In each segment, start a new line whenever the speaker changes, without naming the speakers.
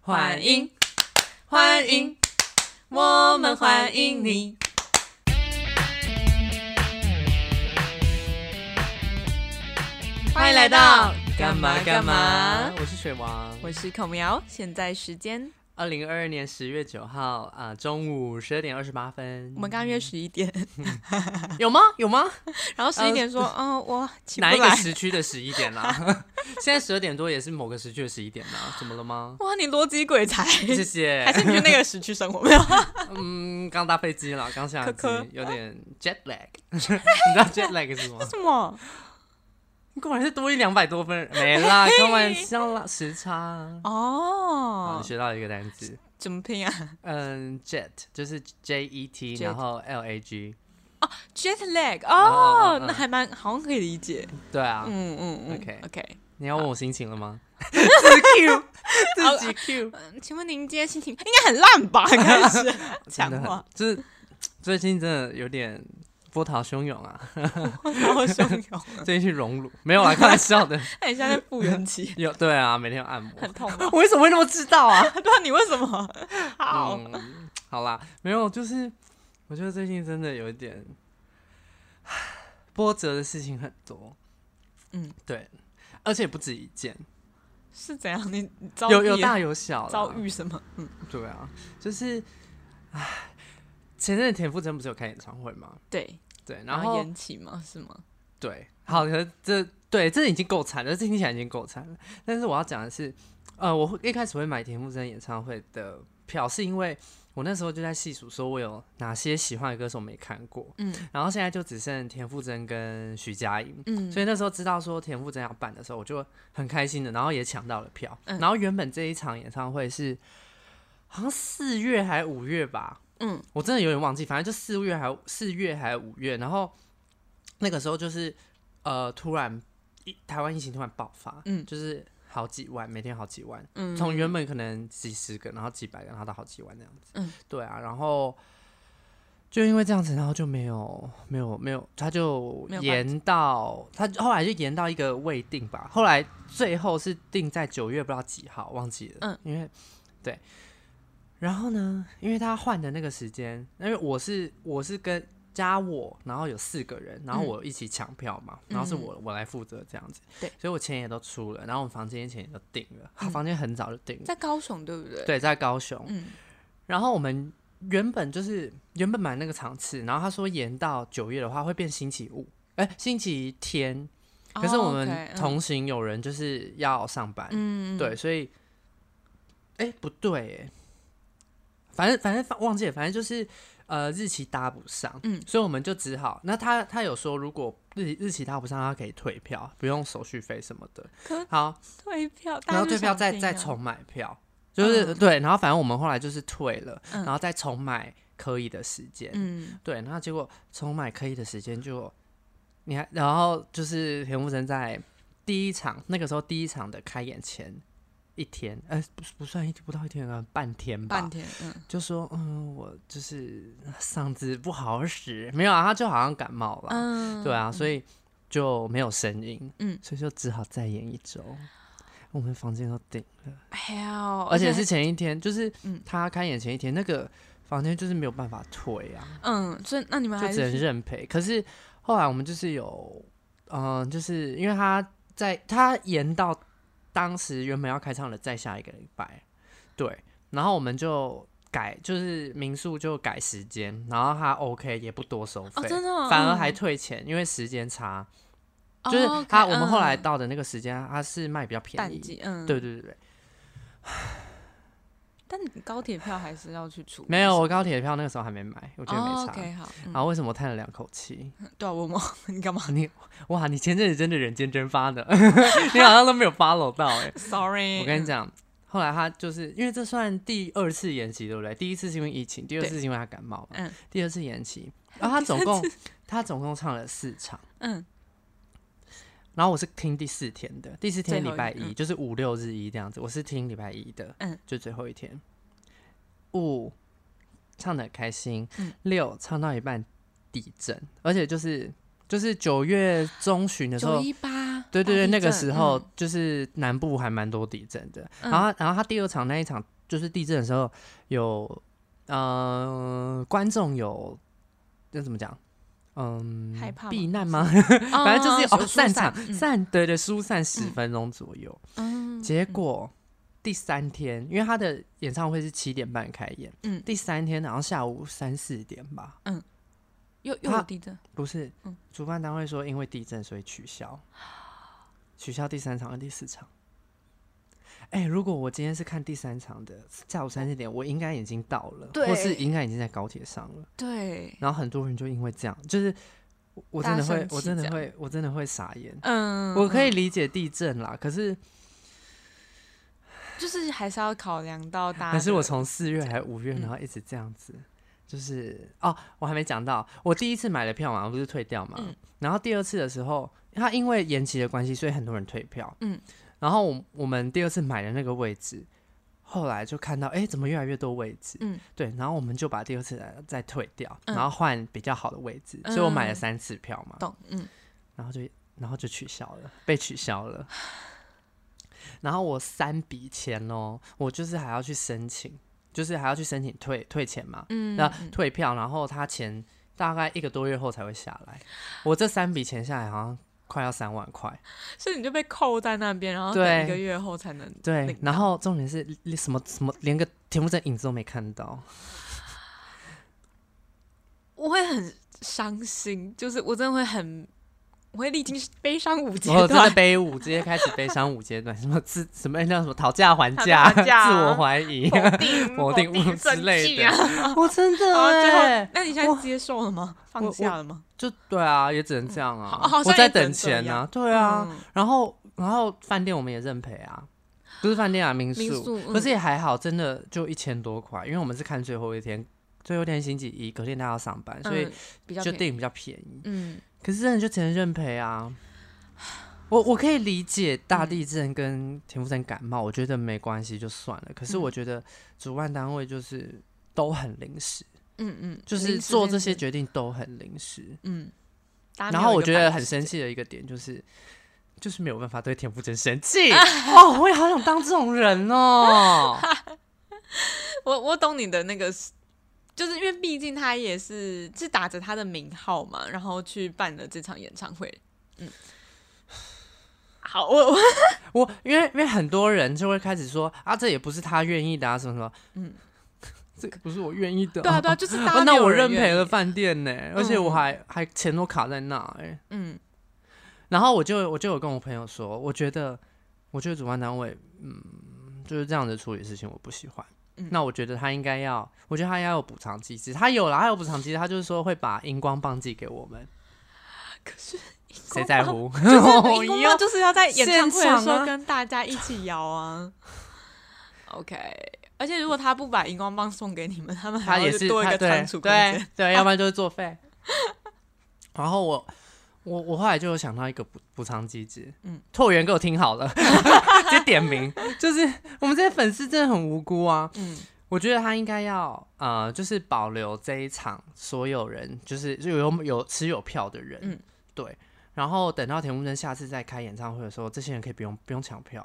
欢迎，欢迎，我们欢迎你。欢迎来到
干嘛干嘛？
我
我是水王。
我是孔苗，现在时间
二零二二年十月九号啊、中午十二点二十八分
我。们刚约十 一点，
有吗？有吗？
然后十一点说，嗯、我起不
呃哪一个
来。
时区的十一点啦、 现在十二点多也是某个时区的十一点啦、啊怎么了 吗？
哇，你逻辑鬼才，
谢
还
谢。
是你去那个时区生活没有？
嗯，刚搭飞机了，刚下
科
机
科，
有点 jet lag。你 知道 jet lag 是什么吗？
什么？
你果然是多一两百多分，没 啦，开玩笑啦，时差啊。好，
哦
你，学到一个单词，
怎么拼啊
嗯，jet 就是 J E T，
Jet
然后 L A G，
？Jet lag
哦
哦
哦，哦
那还蛮好像可以理解。
对啊，
嗯嗯嗯
OK
OK。
你要问我心情了吗？自己 Q，自己 Q，
嗯，请问您今天心情应该很烂吧？开始
真 的
讲
很
话，，
就是最近真的有点波涛汹涌啊，
然后汹涌，
最近去熔炉没有啦，开玩笑的，
那你现在复原期
有对啊，每天有按摩，
很痛 吗？
我为什么会那么知道啊？
不知道你为什么好？
嗯，好啦，没有，就是我觉得最近真的有一点 波折的事情很多，
嗯，
对，而且不止一件，
是怎样？你你遭
有有
遇
大啊有小啦，
遭遇什么？嗯，
对啊，就是，唉，前阵子田馥甄不是有开演唱会吗？
对，
对，
然
然后
延期吗？是吗？
对，好，可是这对这已经够惨了，这听起来已经够惨了。但是我要讲的是，呃，我会一开始会买田馥甄演唱会的票，是因为我那时候就在细数说我有哪些喜欢的歌手没看过，
嗯
然后现在就只剩田馥甄跟徐佳莹，
嗯
所以那时候知道说田馥甄要办的时候，我就很开心的，然后也抢到了票。
嗯
然后原本这一场演唱会是好像四月还五月吧，
嗯，
我真的有点忘记，反正就四月还四月还五月。然后那个时候就是呃，突然一台湾疫情突然爆发，
嗯
就是好几万，每天好几万，
嗯
从原本可能几十个，然后几百个，然后到好几万这样子。
嗯，
对啊，然后就因为这样子，然后就没有没有没有，他就
没有办法
延到他后来就延到一个未定吧，后来最后是定在九月不知道几号，忘记了。
嗯，
因为对。然后呢？因为他换的那个时间，因为我是我是跟加我，然后有四个人，然后
嗯
我一起抢票嘛，然后是我我来负责这样子。所以我钱也都出了，然后我们房间钱也都定了，
嗯
房间很早就定了，
在高雄对不对？，
对，在高雄。
嗯
然后我们原本就是原本买那个场次，然后他说延到九月的话会变星期五，哎、星期天。可是我
哦
们
，OK，嗯
同行有人就是要上班，
嗯
对，所以，哎、不对，哎，反正反正忘记了，反正就是呃日期搭不上，
嗯
所以我们就只好，那他他有说如果日日期搭不上，他可以退票，不用手续费什么的
可。
好，
退票，大
然后
家
退
就
票
想
再
听
再
啊
重买票，就是、
嗯
对，然后反正我们后来就是退了，
嗯
然后再重买可以的时间，
嗯
对，然后结果重买可以的时间就，你还然后就是田馥甄在第一场那个时候第一场的开演前一天，呃，不不算一不到一天啊，半天吧
半，天，嗯
就说嗯，我就是嗓子不好使，没有啊，他就好像感冒了，
嗯
对啊，所以就没有声音，
嗯
所以就只好再演一周。我们房间都订了，
哎呀，
而且是前一天，就是
嗯
他开演前一天，那个房间就是没有办法退啊。
嗯，所以那你们
就
还
只
是
能
去
认赔。可是后来我们就是有，嗯、就是因为他在他延到当时原本要开唱的再下一个礼拜，对，然后我们就改，就是民宿就改时间，然后他 OK 也不多收费，
哦，真的哦，
反而
嗯
还退钱，因为时间差，
哦
就是
，OK，
他我们后来
嗯
到的那个时间，他是卖比较便
淡
宜，
季，嗯，
对。对对对，
但你高铁票还是要去出，
没有我高铁票那个时候还没买，我觉得没
嗯哦
差。
OK，好，嗯
然啊后为什么我叹了两口气？
对啊，我问 你干嘛
你哇，你前阵子真的人间蒸发的， 你好像都没有 follow 到哎、
？Sorry，
我跟你讲，后来他就是因为这算第二次延期，对不对？第一次是因为疫情，第二次是因为他感冒嘛，
嗯
第二次延期。然后他总 共他总共唱了四场，
嗯，
然后我是听第四天的，第四天
最后
礼
一
拜一
嗯
就是五六日一这样子，我是听礼拜一的，
嗯，
就最后一天。五唱的开心
嗯，
六唱到一半地震，而且就是就是九月中旬的时候
九，一八，
对对对，
哦大地
那个
震
时候
嗯
就是南部还蛮多地震的。
嗯
然后，然后他第二场那一场就是地震的时候有，呃，观众有那怎么讲？嗯，
害怕吗
避难吗？
反
反正就是哦，散场
散，
散，对对，疏散十分钟左右。
嗯
结果第三天，因为他的演唱会是七点半开演，
嗯
第三天然后下午三四点吧，
又又
他
有地震，
不是
嗯，
主办单位说因为地震所以取消，取消第三场和第四场。哎、如果我今天是看第三场的，下午三四点，我应该已经到了，
对
或是应该已经在高铁上了。
对，
然后很多人就因为这样，就是我我真
大
的会
生，气
我真
这
的
样
会，我真的会傻眼。
嗯，
我可以
嗯，
理解地震啦，可是
就是还是要考量到大家
可
的，
是我从四月还是五月，
嗯
然后一直这样子，就是哦，我还没讲到，我第一次买的票嘛，不是退掉嘛，
嗯
然后第二次的时候，它因为延期的关系，所以很多人退票，
嗯，
然后我我们第二次买的那个位置，后来就看到哎、诶怎么越来越多位置，
嗯，
对，然后我们就把第二次的再退掉，
嗯
然后换比较好的位置，所以我买了
嗯
三次票嘛，
懂，嗯，
然后就然后就取消了，被取消了。然后我三笔钱哦，我就是还要去申请，就是还要去申请退退钱嘛，
嗯，
那
嗯
退票，然后他钱大概一个多月后才会下来。我这三笔钱下来好像快要三万块，
所以你就被扣在那边，然后
对
等一个月后才能，
对
领，
然后重点是连什么什么连个田馥甄影子都没看到，
我会很伤心，就是我真的会很，我会历经悲伤五阶
哦我真的
段，
悲舞，直接开始悲伤五阶段，什么自什么那叫什么讨价还
讨
价、
价还 价
自我怀疑，
否 定
否定
定
之类
生气
的
啊，
我真 的
啊，
哎
最后，那你现
我
在接受了吗？
我
放下了吗？
就对啊，也只能这样啊。
好好像
我在
也只能
等钱
这
啊
样，嗯
对啊。然后，然后饭店我们也认赔啊，不是饭店啊，民宿。
民宿嗯
可是也还好，真的就一千多块，因为我们是看最后一天，最后一天星期一，隔天大家要上班，
嗯，
所以
嗯比较
就
便宜
订比较便宜。
嗯，
可是真的就只能认赔啊。我我可以理解大地震跟田馥甄感冒，我觉得没关系就算
嗯
了。可是我觉得主办单位就是都很临时，
嗯嗯，
就是
临时
做这
这件
些
事，
决定都很临时。
嗯，大家
然
没有
后
一
我
个
觉
办
得
法
很
时
生
间，
气的一个点就是，就是没有办法对田馥甄生气。 哦，我也好想当这种人哦。
我我懂你的那个是，就是因为毕竟他也是是打着他的名号嘛，然后去办了这场演唱会，嗯。好，我我
我因为因为很多人就会开始说啊，这也不是他愿意的啊，什么什么，嗯
嗯，
这个不是我愿意的、
对啊对啊，。就是 大
哦
家、
那我认赔了，饭店呢、而且我
嗯
还、还钱都卡在那哎、
嗯，
然后我就我就有跟我朋友说，我觉得我觉得主办单位嗯就是这样子处理事情，我不喜欢。
嗯
那我觉得他应该要，我觉得他要有补偿机制，他有啦，他有补偿机制，他就是说会把荧光棒寄给我们，
可是
谁在乎？
哦就是荧
我
光
要
棒就是要在演
现
唱会的时
场啊
候跟大家一起摇啊。OK，而且如果他不把荧光棒送给你们，他们
他
还
也
要
是
多一
他
个
对
仓储
对
空间。
对，要不然就是作 废。然后我我我后来就有想到一个补补偿机制，嗯
嗯，
拓元给我听好了， 直接点名，就是我们这些粉丝真的很无辜啊，
嗯
我觉得他应该要呃，就是保留这一场所有人，就是就有有持有票的人，
嗯
对。然后等到田馥甄下次再开演唱会的时候，这些人可以不用不用抢 票，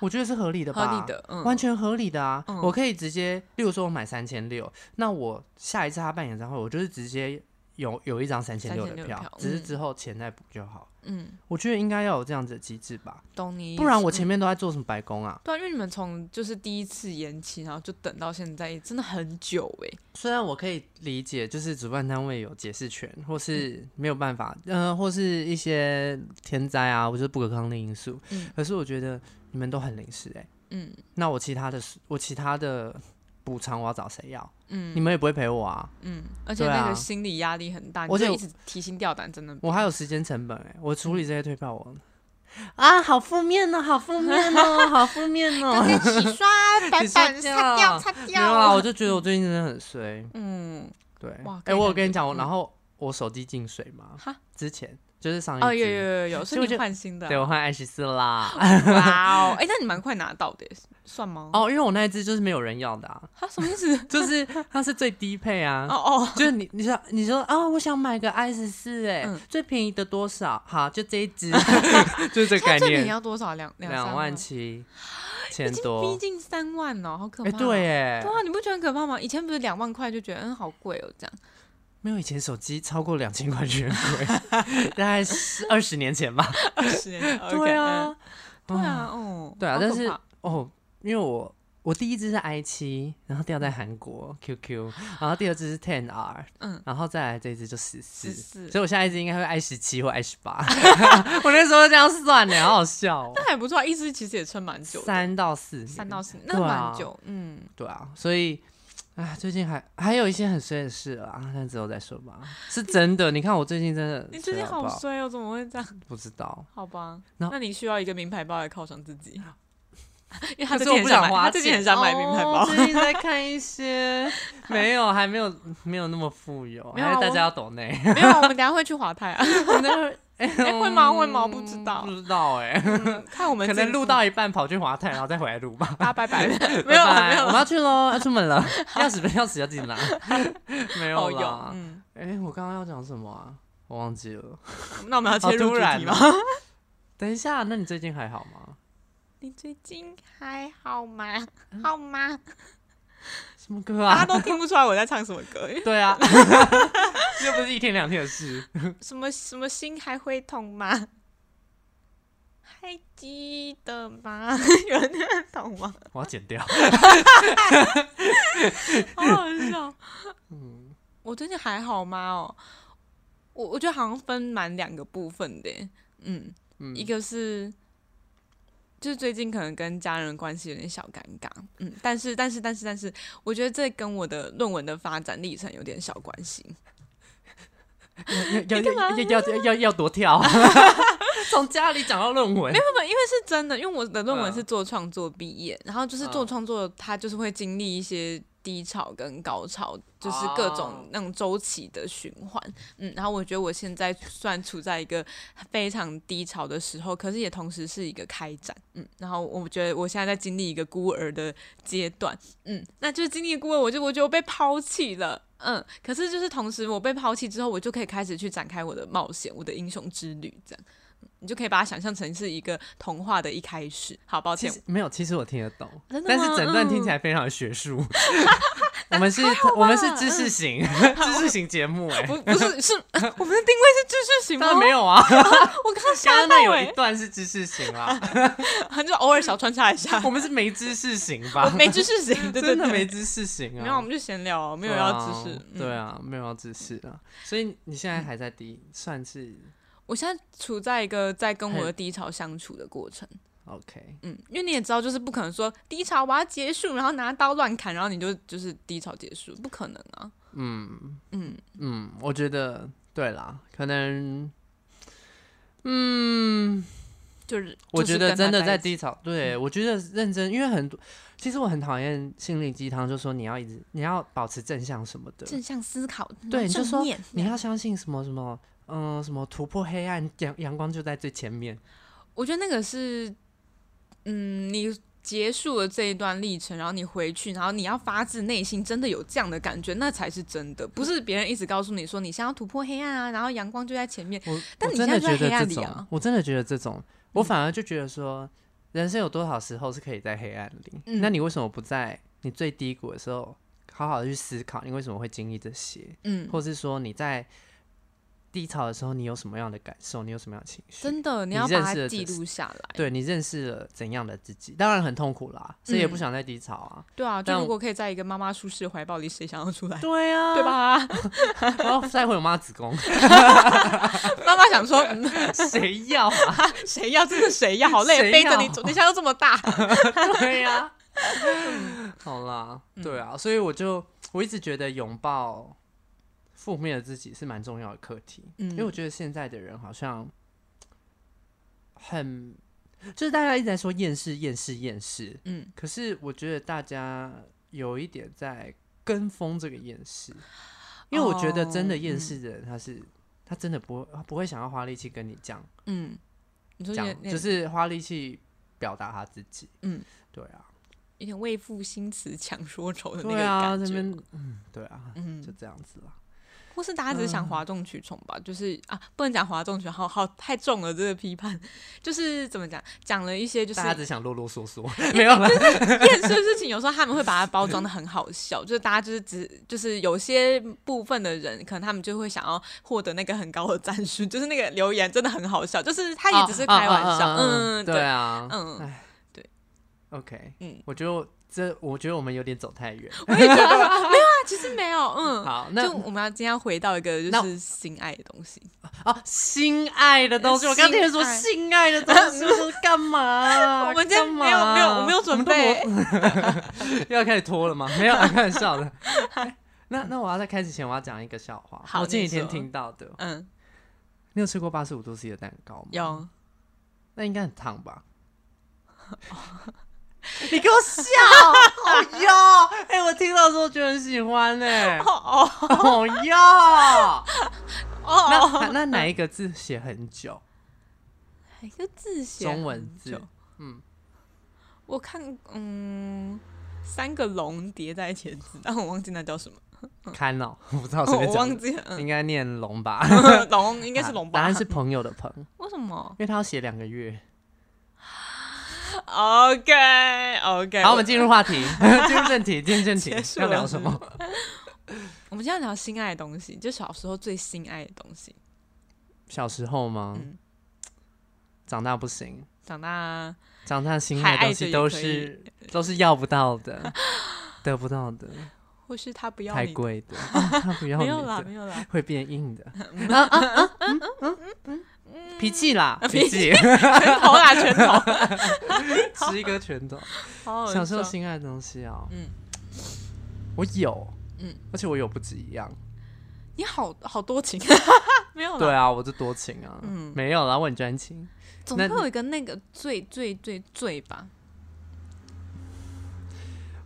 我觉得是合理的吧？
合理的嗯
完全合理的啊！
嗯
我可以直接，例如说我买三千六，那我下一次他办演唱会，我就是直接有有一张三千六的
3600
票，
票
只是
嗯
之后钱再补就好。
嗯，
我觉得应该要有这样子的机制吧，
懂你意思。
不然我前面都在做什么白工啊？
对啊，因为你们从就是第一次延期，然后就等到现在，真的很久哎、
虽然我可以理解，就是主办单位有解释权，或是没有办法，嗯、呃，或是一些天灾啊，或是不可抗力因素，
嗯
可是我觉得你们都很临时哎、
嗯
那我其他的我其他的补偿我要找谁要？你
嗯
们也不会陪我啊，
嗯，而且
对啊
那个心理压力很大，
而
你
且
就
我
一直提心吊 胆，真的。
我还有时间成本哎、我处理这
嗯
些退票我。啊，好负面哦，好负面 哦，好负面哦！
洗 刷
板板擦掉
擦
没有啊，我就觉得我最近真的很衰。
嗯，
对
哇，
哎、
可以
我有
感
跟你
觉
讲，我
嗯
然后我手机进水吗
哈？
之前就是上一
哦，有
支
有有有，
所
是
以我
你
就
换新的
对
啊，
我换艾希斯啦。
哇哦，哎，那你蛮快拿到的耶，算吗？
哦，因为我那一只就是没有人要的、啊，
啊，什么意思？
就是它是最低配啊。
哦哦，
就是你，你说，你说啊、我想买个 S 四，哎、
嗯
最便宜的多少？好，就这一 只，就是 这个概
它这里
念，
要多少？两三啊
两万七千
已经
多
逼。近三万了，好可
哎、
怕。
对，哎
对，啊，你不觉得很可怕吗？以前不是两万块就觉得嗯好贵哦，这样。
没有以前手机超过两千块 钱贵，大概是二十年前吧。
二十年，
对啊，，
对啊，哦，
对啊
好
但
可
是
怕
哦，因为我我第一只是 i 七，然后掉在韩国 QQ，然后第二只是 Ten R，
嗯
然后再来这一只就十四，
14
所以我下一只应该会 i 十七或 i 十八， 我那时候这样算的，好好笑哦。
那还不错啊，一支其实也撑蛮久的，
三到四年，
三到四，
对
那
啊
蛮久，嗯，
对啊，所以。哎，最近还还有一些很衰的事啊，但之后再说吧。是真的，你看我最近真的，
你最近好
不好
衰哦，怎么会这样？
不知道。
好吧，
那
那你需要一个名牌包来犒赏自己， 因为他
可是
最
我
近
不
很
想
想买，
花
他
钱，
最近很想买名牌包
哦。最近在看一些， 没有，还没有，没有那么富有，
没有
还
啊
是大
我
家要懂内。
没有啊，我 们等一下会去华泰啊，
哎、
哎会吗会吗我不知道
不知道哎、
嗯看我们
可能
自己
录到一半跑去华泰，然后再回来录吧。
大拜拜， 没有
拜
啊
拜
没
我
有
们
啊，
要去喽，要出门了，钥匙钥匙要自己拿， 没有
哦有，
啦。
嗯，
哎、我刚刚要讲什么啊？我忘记了。
那我们要切入
好突
主
然
题
哦
吗？
等一下，那你最近还好吗？
你最近还好吗？好吗？
什么歌
嗯 大家
啊？
都听不出来我在唱什么歌，
对啊， 又不是一天两天的事。
什么什么心还会痛吗？还记得吗？ 有人听得懂吗？
我要剪掉。
好好笑。
嗯，
我最近还好吗？哦，我我觉得好像分蛮两个部分的耶，嗯，
嗯
一个是就是最近可能跟家人关系有点小尴尬，嗯，但是但是但是但是，我觉得这跟我的论文的发展历程有点小关系。
要要要要要要要多跳， 从家里讲到论文
没，有没有，因为是真的，因为我的论文
嗯
是做创作毕业，然后就是做
嗯
创作，它就是会经历一些低潮跟高潮，就是各
哦
种那种周期的循环。嗯，然后我觉得我现在虽然处在一个非常低潮的时候，可是也同时是一个开展。嗯，然后我觉得我现在在经历一个孤儿的阶段。嗯，那就是经历孤儿，我就我觉得我被抛弃了。嗯，可是就是同时我被抛弃之后，我就可以开始去展开我的冒险，我的英雄之旅，这样。你就可以把它想象成是一个童话的一开始。好，抱
其
歉
实，没有，其实我听得懂，
真的
但
吗
是整段听起来非常的学术。 我们是，我们是知识型， 知识型节目 哎，
不不是是我们的定位是知识型吗
当？然没有啊，
我刚刚吓
刚刚那
到
有一
哎、
段是知识型啦，
欸，就偶尔小穿插一下，
我们是没知识型吧？
没知识型，对对
真的
对
没知识型啊，
没有，我们就闲聊哦，没有要知识。嗯
对啊，没有要知识啊，所以你现在还在第一，算是
我现在处在一个在跟我的低潮相处的过程。
OK，
嗯，因为你也知道，就是不可能说低潮我要结束，然后拿刀乱砍，然后你就就是低潮结束，不可能啊。
嗯
嗯，
嗯，我觉得对啦，可能，嗯。
就是
我觉得真的在
低，
低潮，
嗯
对我觉得认真，因为很多，其实我很讨厌心灵鸡汤，就说你要一直你要保持正向什么的，
正向思考，
对你就
正
说
念，
你要相信什么什么，嗯、什么突破黑暗，阳阳光就在最前面。
我觉得那个是，嗯，你结束了这一段历程，然后你回去，然后你要发自内心真的有这样的感觉，那才是真的，不是别人一直告诉你说你想要突破黑暗啊，然后阳光就在前面。
我
但
我
你
真
现
的
在
觉
就在
得
黑暗
这
里
种，
啊嗯
我真的觉得这种，我反而就觉得说，人生有多少时候是可以在黑暗里？
嗯
那你为什么不在你最低谷的时候，好好的去思考你为什么会经历这些，
嗯，
或是说你在低潮的时候你有什么样的感受，你有什么样的情绪？
真的，你
你
要
认
把它
识了
记
这
录下来。
对你认识了怎样的自己，当然很痛苦啦，谁也不
嗯
想再低潮啊。
对啊，就
但
如果可以在一个妈妈舒适的怀抱里，谁想要出来？
对啊
对？吧？
然后再回我妈子宫，
妈妈想说，嗯，
谁要啊？
谁要？真的谁 要？好累，
谁
背着
要
你走，你现在又这么大。
对呀、嗯好啦，
嗯
对啊，所以我就我一直觉得拥抱负面的自己是蛮重要的课题，
嗯
因为我觉得现在的人好像很，就是大家一直在说厌世、厌世、厌世，
嗯，
可是我觉得大家有一
哦
点在跟风这个厌世，因为我觉得真的厌世的人他是他真的不会，他不会想要花力气跟你讲
嗯，你说有
讲
点，
就
有
是花力气表达他自己。
嗯，
对啊，
点为赋新词强说愁的那个
对啊，
感
这
觉。
边嗯，对啊，
嗯
就，这样子啦。
或是大家只是想哗众取宠吧，就是啊，不能讲哗众取宠，好好太重了，这个批判就是怎么讲，讲了一些就是
大家只想啰啰嗦嗦，没有啦。
厌世的事情，有时候他们会把它包装的很好 笑，就是大家就是只就是有些部分的人，可能他们就会想要获得那个很高的赞数，就是那个留言真的很好笑，就是他也只是开玩
啊啊
笑，
啊啊
嗯，
对
对，
啊，
嗯
唉
对
，OK，
嗯
我觉得这，我觉得我们有点走太远。
我也觉得 没有啊，其实没有，嗯。
好，那
就我们要今天要回到一个
那
就是心爱的东西，
哦，心爱的东西，我刚才说
心爱
心爱的东西，我说干嘛？
我们今
啊
天
干嘛
没有没有我没有准备，
我们都没有又要开始拖了吗？没有，开玩笑的。那那我要在开始前，我要讲一个笑话，
好
我前几
你
天
说
听到的。
嗯，
你有吃过八十五度 C 的蛋糕吗？，
有
那应该很烫 吧？你给我笑！好哟， 哎、我听到的时候觉得很喜欢呢、
哦哦
好哟，
哦，
那那那哪一个字写很久？
还有字写
中文
很
字
久，我看嗯三个龙叠在一起的字，但我忘记那叫什么，
看 哦，我不知道，随
嗯我
便
忘
讲，
记了，嗯，
应该念龙吧？
龙 应该是龙吧？
答案是朋友的朋，因
为什么
为他要写两个月。
？OK OK，
好，我们进入话 题，进入正题，进入正题
结，束
要聊
了嗯
什么？
我们今天要聊心爱的东西，就小时候最心爱的东西。
小时候吗？
嗯
长大不行，
长大
长大心
还
爱的东
爱着
西
也
都
可以
是都是要不到的，得不到的，
或是他不要
太
你的，
贵的，啊他不要
没
你
有啦，
的
没，有啦，
会变硬的。啊啊啊嗯嗯嗯嗯脾气啦，脾
脾
气，
拳头啦，拳头，
吃一个拳头。
好好
小时候
笑
心爱的东西啊，
嗯
我有，
嗯
而且我有不止一样。
你好好多情， 没有啦，
对啊，我就多情啊，
嗯
没有啦，我很专情。
总
那
会有一个那个最最最最吧，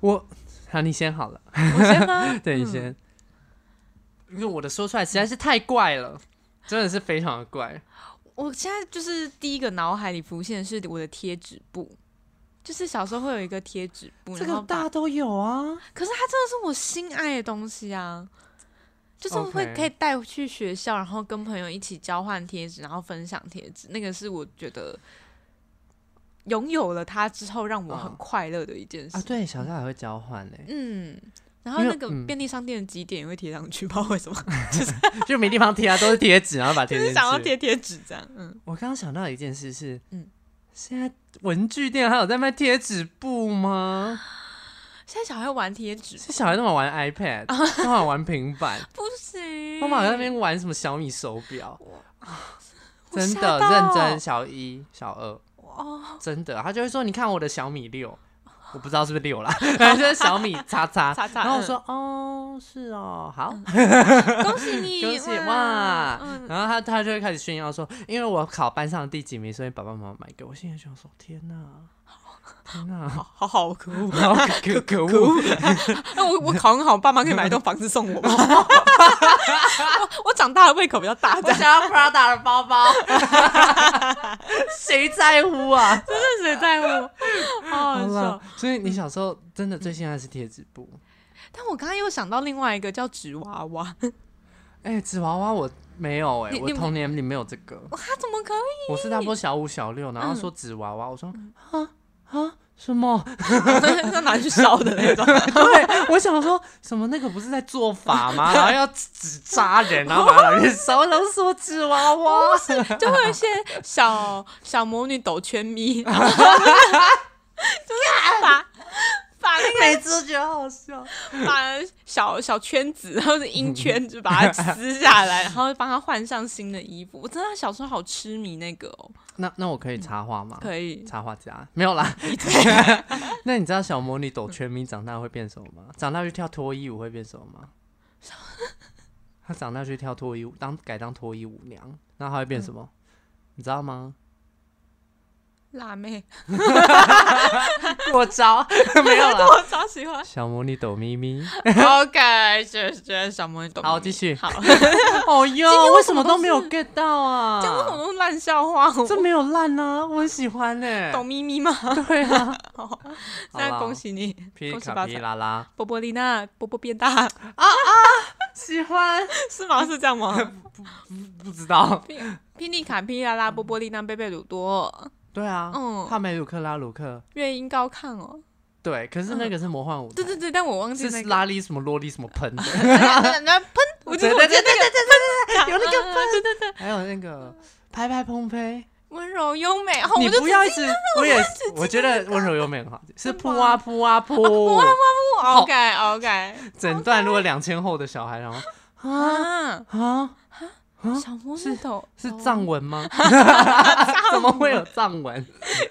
我，好，你先好了，
我先吗？
对，你先，因为我的说出来实在是太怪了，真的是非常的怪。
我现在就是第一个脑海里浮现的是我的贴纸布。就是小时候会有一个贴纸布，
这
嗯然
个
后把
大家都有啊，
可是它真的是我心爱的东西啊，就是我会
OK
可以带去学校，然后跟朋友一起交换贴纸，然后分享贴纸，那个是我觉得拥有了它之后让我很
嗯
快乐的一件事
啊，。对，小时候还会交换嘞、
嗯，然后
因为
那个
嗯
便利商店的几点也会贴上去，不知道为什么，
就没地方贴啊，都是贴纸，然后把
就
贴
是
进
想要
去
贴贴纸这样。嗯，
我刚刚想到一件事是，嗯
嗯，
现在文具店还有在卖贴纸布吗？
现在小孩玩贴纸
这小孩都嘛玩 iPad，都
哦
嘛玩平 板，
不行，
都嘛在那边玩什么小米手表，
嗯我
真
吓
的
到
认真小一、小二，
哦，
真的，他就会说你看我的小米六。我不知道是不是 六啦， 反正就是小米叉叉
叉嗯叉
然后我说、哦，是哦，好，
恭喜你，
恭喜哇！
嗯，
然后他他就会开始炫耀说，因为我考班上第几名，所以爸爸妈妈买给我。我心里想说，天哪，天哪，
好好好可恶。
好 可可恶！
那我我考很好，爸妈可以买一栋房子 送我吗？我我长大的胃口比较大，这样
要 Prada 的包 包，谁在乎啊？
真的谁在乎？好
好
好笑
了。，所以你小时候真的最心爱是贴纸布。
但我刚刚又想到另外一个叫纸娃娃，
哎、纸娃娃我没有哎、
你
我
你
童年里没有这个，
哇，怎么可以？
我是差不多小五小六，然后
嗯
说纸娃娃，我说啊啊什么？
要拿去烧的那 种。
对，我想说什么那个不是在做法 吗？然后要纸扎人，然后把它拿去烧，然后说纸娃娃，
就会有一些小小魔女抖圈 咪，就是把把 那
每次觉得好笑。
个把小小圈子或者音圈就把它撕 下来，然后帮她换上新的衣服。我真的小时候好痴迷那个哦，
那那我可以插话吗？
可以。
插画家没有啦。 那你知道小魔女抖圈咪长大会变什么吗？长大去跳脱衣舞会变什么吗？她长大去跳脱衣舞，当改当脱衣舞娘，那她会变什么？你知道吗？
辣妹，
过招 没有了。
我超喜欢。
小魔女抖咪咪，
OK，是是小魔女懂。
好继续
好，
哦哟，
天
为
为
什
什
么
么
都
都
没
是
有 get 到啊？
这样为什么都是烂 笑话？我
这没有烂呢、我很喜欢欸呢、
懂咪咪吗？
对 啊，
那
好啦
恭喜你，
噼里
恭喜
卡
发
噼里
财！
啦啦，
波波丽娜，波波变大，
喜欢，
是吗？是这样吗？
不知道。
霹霹雳卡、霹雳拉拉、波波丽娜、贝贝鲁多，
对啊，
嗯
帕梅鲁克拉鲁克，
乐音高亢哦。
对，可是那个是魔幻舞台，
对对嗯对，但我忘记那
是
个。
拉力什么萝莉什么喷的，
喷， 我觉得我觉得那个
有那个
喷，对对对，
还有那个拍拍砰呸，
温柔优美。哦，我
你
就
不要一直，我也我觉得温柔优美很好，是扑啊扑啊扑，
OK OK
整段如果两千后的小孩，然后
啊，
啊
小魔女头
是藏文 吗？ 怎么会有藏文？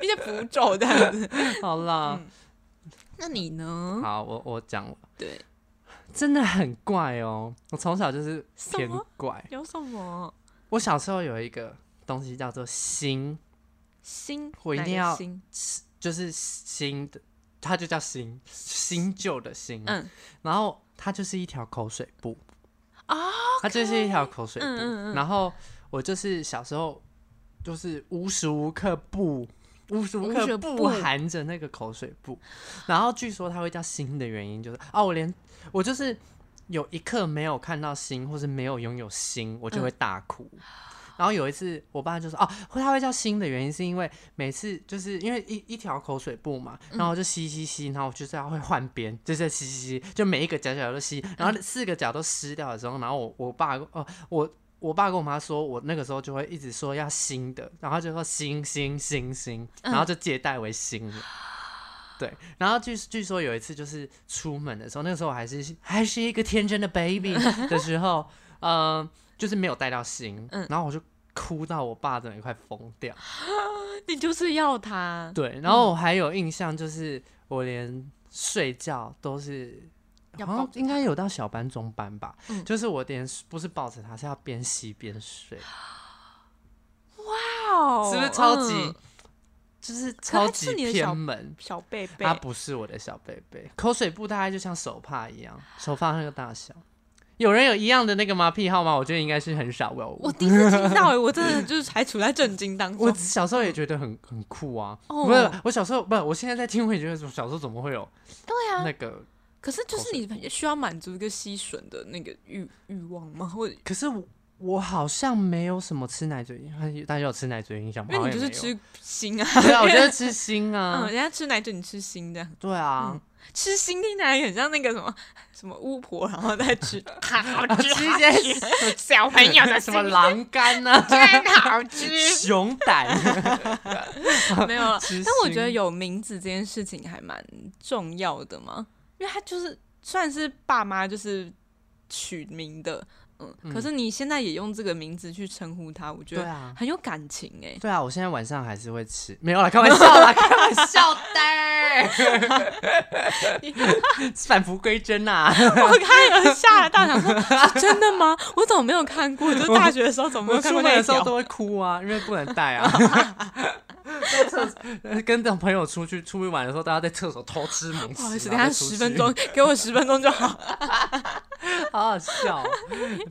一些符咒这样子。
好啦，
那你呢？
好，我我讲了，
嗯对，
真的很怪哦，我从小就是
什
偏
么
怪，
有什么
我小时候有一个东西叫做心。
新？
我一
哪
定
个
要
新
就是新的，它就叫新新旧的新，
嗯
然后它就是一条口水布它就是一条口水布，
哦嗯嗯嗯
然后我就是小时候就是无时无刻不。无时无
无时
刻
无
不
不
含着那个口水布，然后据说它会叫新的原因就是啊，我连我就是有一刻没有看到星，或是没有拥有星，我就会大哭。
嗯
然后有一次，我爸就说：“哦，他会叫星的原因是因为每次就是因为一一条口水布嘛，
嗯
然后我就吸吸吸，然后我就是要会换边，就是吸吸吸，就每一个角角都吸，然
嗯
后四个角都湿掉的时候，然后我我爸哦我。”我爸跟我妈说，我那个时候就会一直说要新的，然后就说新新新新，然
嗯
后就借代为新了。对，然后据据说有一次就是出门的时候，那个时候我还是还是一个天真的 baby 的时候，嗯、就是没有带到心，
嗯
然后我就哭到我爸整个快疯掉。
你就是要他
对，然
嗯
后我还有印象就是我连睡觉都是。
要
好像
抱着
应该有到小班、中班吧，
嗯
就是我连不是抱着他，是要边吸边睡，
哦
是不是超级、
嗯
就是超
他
级
是你的小
偏门？
小贝贝
它？不是我的小贝贝，口水布大概就像手帕一样，手帕那个大小。有人有一样的那个吗？癖好吗？我觉得应该是很少吧。
我
我
第一次听到哎，我真的就是还处在震惊当
我
中。
小时候也觉得很很酷啊，
嗯哦
不是我小时候不，是我现在在听我也觉得小时候怎么会有
对啊
那，个？
可是就是
口
你需要满足一个吸吮的那个欲欲望吗？或者
可是我我好像没有什么吃奶嘴，大家有吃奶嘴印象吗？
因为你就
好
是
像也没有，
吃心啊，
对啊，我就是 吃心
嗯，
啊，
人家吃奶嘴，你吃心这样，
对啊，
吃心听起来很像那个什么什么巫婆，然后再 吃，啊好
啊吃一些
小
哎
朋友 的
什么狼干 啊、
真好吃
熊 胆，
没有了。
但
但我觉得有名字这件事情还蛮重要的嘛，因为他就是虽然是爸妈就是取名的，嗯，可是你现在也用这个名字去称呼他，我觉
对
得
啊，
很有感情哎、
对啊，我现在晚上还是会吃，没有啦，开玩笑啦，开玩 笑的，返璞归真呐、啊。
我看了吓了大想说，是真的吗？我怎么没有看过？就是大学的时候怎么没
我
有看
出
过
门
那一
的时候
条？
都会哭啊，因为不能带 啊。在厕所跟着朋友出去出去玩的时候，大家在厕所偷吃零食。
不好意思，
然
等
后再
下
出去
十分钟，，给我十分钟就好。
好好笑哦。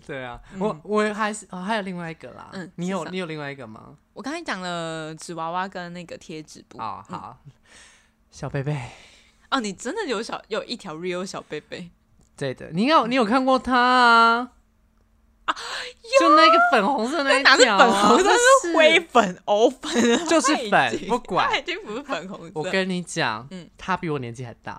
对啊，我我还是哦，还有另外一个啦。
嗯
你有
是啥
你有另外一个吗？
我刚才讲了纸娃娃跟那个贴纸布
哦，好，小贝贝，
哦，你真的有小有一条 real 小贝贝，
对的，你
嗯
有你有看过他啊？就那个粉红色那一
哪是
条啊、
粉红色，
那
是灰粉、藕粉，
就是
它已
粉，
经
不管
它。已经不是粉红色。
我跟你讲，
嗯
他比我年纪还大。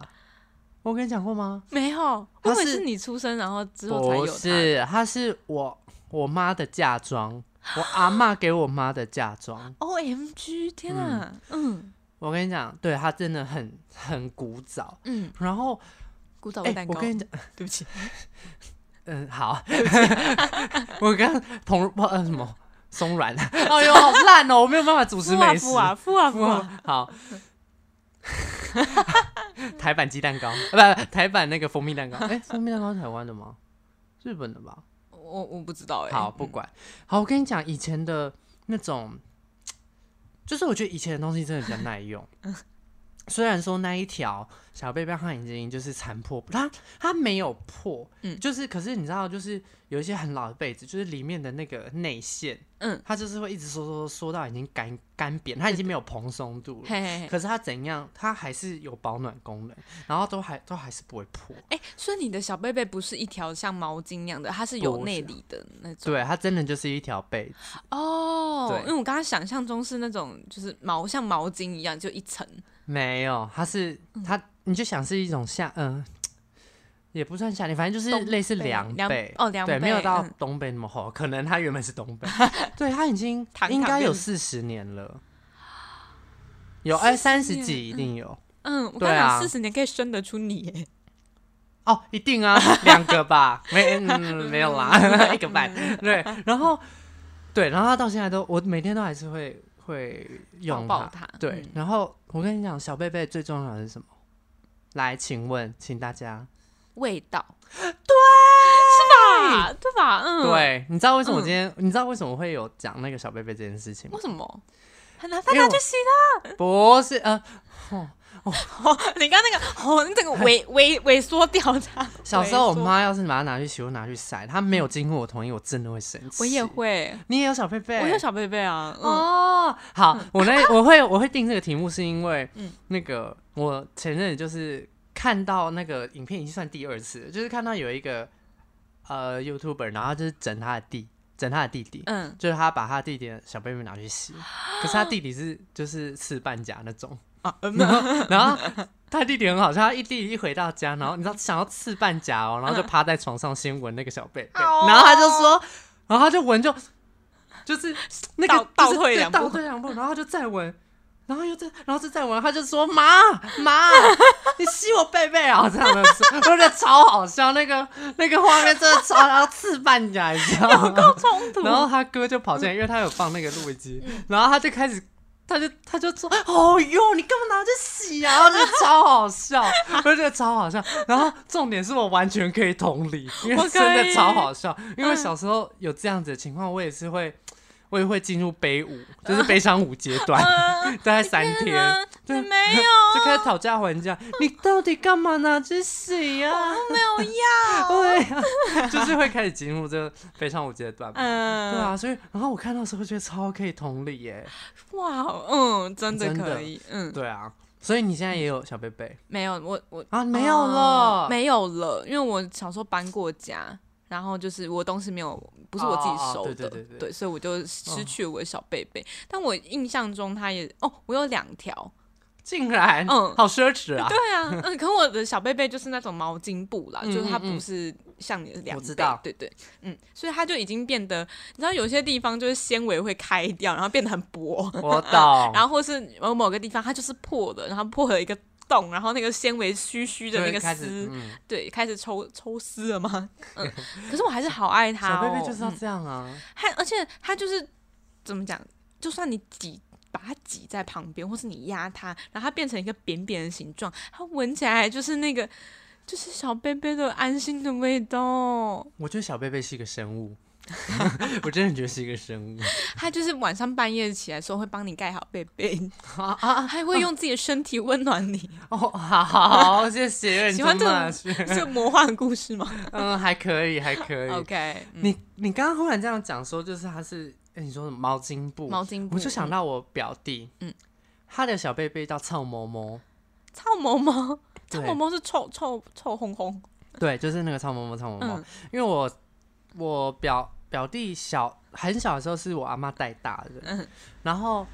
我跟你讲过吗？
没有，
它
我以为
是
是你出生然后之后才
不
有它。
是，他是我我妈的嫁妆，我阿嬷给我妈的嫁妆。
O M G！天啊，嗯
我跟你讲，对他真的很很古早。
嗯，
然后，
古早
哎、
味蛋
我
糕，
跟 你讲，
对不起，
嗯，好，我刚同呃什么松软，哎呦，好烂哦，我没有办法主持
富啊
美食。
富啊富啊富啊！
哇，好， 台版鸡蛋糕，呃不，台版那个蜂蜜蛋糕。哎、蜂蜜蛋糕是台湾的吗？日本的吧？
我我不知道哎。
好，不管。好，我跟你讲，以前的那种就是我觉得以前的东西真的比较耐 用。虽然说那一条小背包它已经就是残破，它它没有破，
嗯
就是可是你知道，就是有一些很老的被子，就是里面的那个内线，
嗯，
它就是会一直缩缩缩缩到已经干干扁，它已经没有蓬松度了。
嘿嘿嘿。
可是它怎样，它还是有保暖功能，然后都还都还是不会破。
哎、所以你的小贝贝不是一条像毛巾那样的，它是有
不
内
是
里的那种。
对，它真的就是一条被子。
哦，
对
因为我刚刚想象中是那种就是毛像毛巾一样，就一层。
没有，它是
嗯
它，你就想是一种夏，嗯、也不算夏天，反正就是
冬
类似
被
凉
凉
被，
哦凉
对，没有
被
到
嗯
东北那么厚，可能它原本是东 北，对，它已经
堂
应
堂
该有
变
四十年了，有哎三十
年
几一定有、
嗯，我
对
刚
啊
讲四十年可以生得出你耶，
哦，一定 啊，两个吧，没、嗯、没有啦，一个半，
嗯
对，然后对，然后它到现在都，我每天都还是会会用
抱
它
抱，它。
对，
嗯
然后我跟你讲，小贝贝最重要的是什么？来，请问，请大家，
味道，对，是吧？对吧？嗯，。
对，你知道为什么我
嗯
今天，你知道为什么会有讲那个小贝贝这件事情吗
为？什么？很难，大
因为
家
我
去洗
不是，呃，
头。哦 你刚刚那个，哦，你整个萎萎萎缩掉它。
小时候我
萎缩，
妈要是把它拿去洗或拿去晒，她没有经过我同意，我真的会生气。
我也，会，
你也有小贝贝，
我有小贝贝啊。嗯，
哦，好，我那我会我会定这个题目是因为
嗯，
那个我前阵子就是看到那个影片已经算第二次了，就是看到有一个呃 YouTuber，然后他就是整他的弟，整他的弟弟，
嗯，
就是他把他弟弟的小 baby 拿去洗，可是他弟弟是就是刺半甲那种啊， 然后然后他弟弟很好笑，他一弟弟一回到家，然后你知道想要刺半甲哦，然后就趴在床上先闻那个小 baby，
嗯哦
然后他就说，然后他就闻就就是那个就
倒
是
倒退
对
两步
倒退两步，然后他就再闻。然后又再，然后就再闻，他就说妈妈，你吸我贝贝啊！这样的说，我觉得超好笑，那个那个画面真的超，然后刺半甲，你知道吗？
冲突。
然后他哥就跑
嗯
进来，因为他有放那个录音机，然后他就开始，他就他就说：“哦哟，你干嘛拿去洗啊？”我觉得超好笑， 我觉得超好笑。然后重点是我完全可以同理，因
我
为
可
真的
以
超好笑。因为小时候有这样子的情况，我也是会，我也会进入悲 舞，就是悲伤舞阶段，
嗯，
大概啊三
天
天
哪。
对
你没 有，啊
就开始讨价还 价，你到底干嘛拿去洗呀、啊？
我没有要。
对啊，就是会开始进入这个悲伤舞阶段嘛。
嗯，
对啊，所以然后我看到的时候觉得超可以同理 耶。
哇哦，嗯，真的
真的
可以，嗯，
对啊，所以你现在也有小贝贝
没有，我我
啊？没有了，
嗯哦没有了，因为我小时候搬过家，然后就是我东西没有，不是我自己收的，
哦哦对对对对嗯
所以我就失去我的小贝贝。但我印象中它也哦，我有两条，
竟然，
嗯
好奢侈啊
对！啊，嗯， 可我的小贝贝就是那种毛巾布啦，
嗯
就是它
嗯嗯
不是像你的两
我知
倍
道，
对对，嗯，所以它就已经变得，你知道有些地方就是纤维会开掉，然后变得很薄，
我懂，
然后或是某某个地方它就是破的，然后破了一个洞，然后那个纤维虚虚
就
的那
会
个
开始
丝，
嗯
对，开始抽抽丝 了吗？嗯，可是我还是好嗯爱它、
小
哦。
贝贝就是要这样啊，
它，而且它就是怎么讲，就算你挤把它挤在旁边，或是你压它，然后它变成一个扁扁的形状，它闻起来就是那个就是小贝贝的安心的味道。
我觉得小贝贝是一个生 物。我真的觉得是一个生物，
它就是晚上半夜起来的时候会帮你盖好被被，
啊啊！
还会用自己的身体温暖你。
哦，好，谢谢，有点
喜欢
真
这
的是
是魔幻故事吗
嗯，还可以，还可以。
？OK，嗯、
你你刚刚忽然这样讲说，就是它是，哎，你说什么毛巾布？
毛巾布，
我就想
嗯
到我表弟，嗯
嗯，
他的小贝贝叫臭嬷嬷，
臭毛毛，臭
对
毛毛是臭臭臭 烘烘。
对，就是那个臭嬷嬷，臭嬷嬷
嗯。
因为我我表表弟小很小的时候是我阿妈带大的，
嗯
然后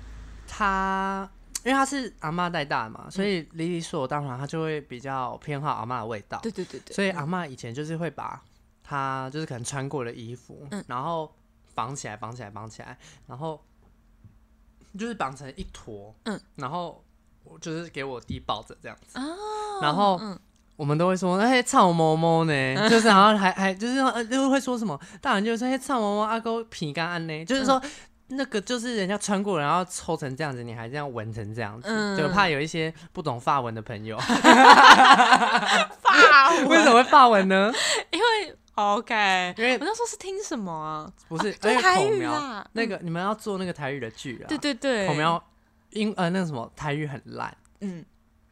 他因为他是阿妈带大嘛，
嗯
所以理理所当然他就会比较偏好阿妈的味道，
对对对对，
所以阿妈以前就是会把他就是可能穿过的衣服，
嗯
然后绑起来，绑起来，绑起来，然后就是绑成一坨，
嗯，
然后我就是给我弟抱着这样子，
啊
然后
嗯
我们都会说哎臭嬷嬷呢， 就是然后还还就是呃就是会说什么，大人就会说哎臭嬷嬷阿哥皮干安呢，就是
嗯
说。那个就是人家穿过，然后抽成这样子，你还这样闻成这样子，
嗯
就怕有一些不懂法文的朋友，
发
为 什么会法文呢？
因为 OK，
因为
我那时候是听什么啊？
不是，
就
而
是
且
台
口
语
苗
啦嗯
那个你们要做那个台语的剧啊，
对对对，
口苗英呃那个什么台语很烂，
嗯，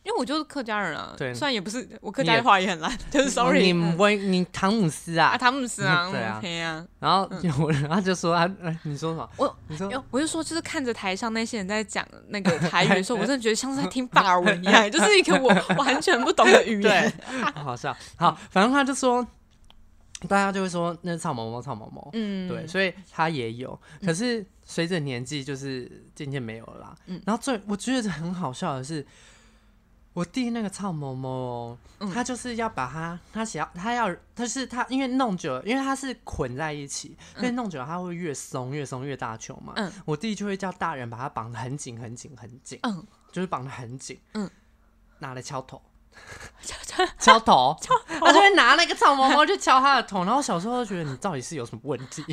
因为我就是客家人啊，
对
虽然也不是我客
你
家
也哦
话也很烂， 就是 sorry
你
嗯
威你汤姆斯啊，
啊，汤姆斯啊
嗯对啊
，OK 啊，
然后有人他就说他，呃你说什么？
我
你说
因为我就说，就是看着台上那些人在讲那个台语的 时候，我真的觉得像是在听法尔文一样，就是一个我完全不懂的 语
对
言。，
好笑。好，反正他就说，大家就会说那是草毛毛草毛毛，
嗯，
对，所以他也有。可是随着年纪，就是渐渐没有了啦。
嗯
然后最我觉得很好笑的是，我弟那个草毛毛哦，
嗯
他就是要把它，他想要，他要，他是他，因为弄久了，因为它是捆在一起，所以弄久了它会越松，越松越大球嘛。
嗯
我弟就会叫大人把它绑得很紧，很紧，很紧，
嗯，
就是绑得很紧，
嗯，
拿来敲头。
这这
敲 头，他就会拿那个草毛毛去敲他的头。然后我小时候就觉得你到底是有什么问 题，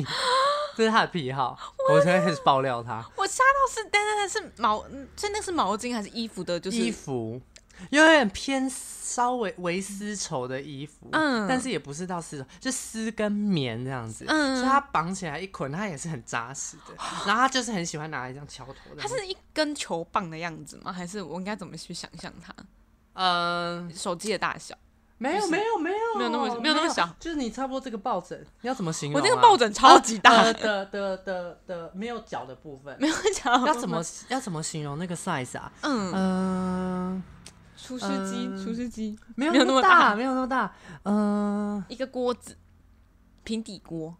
这是他的癖好，我才开始爆料他。
我吓到是，但是但是毛，嗯所以那是毛巾还是衣服的？就是
衣服有点偏稍微微丝绸的衣服，
嗯
但是也不是到丝绸，就丝跟棉这样子，
嗯
所以它绑起来一捆，它也是很扎实 的。然后他就是很喜欢拿来这样敲头的。
它是一根球棒的样子吗？还是我应该怎么去想象它？
嗯、
手机的大小，
没有
就是
没有没有
没有那么没有那么小，
就是你差不多这个抱枕，你要怎么形
我
容啊、
那个抱枕超级大，
呃的的的的没有脚的部分，
没有讲
要怎么要怎么形容那个 size 啊？
哦嗯，呃
嗯、
厨师机，
嗯
厨师机，
没有
没有
那
那
么
么
大，
大
没有那么大。嗯、
一个锅子，平底锅，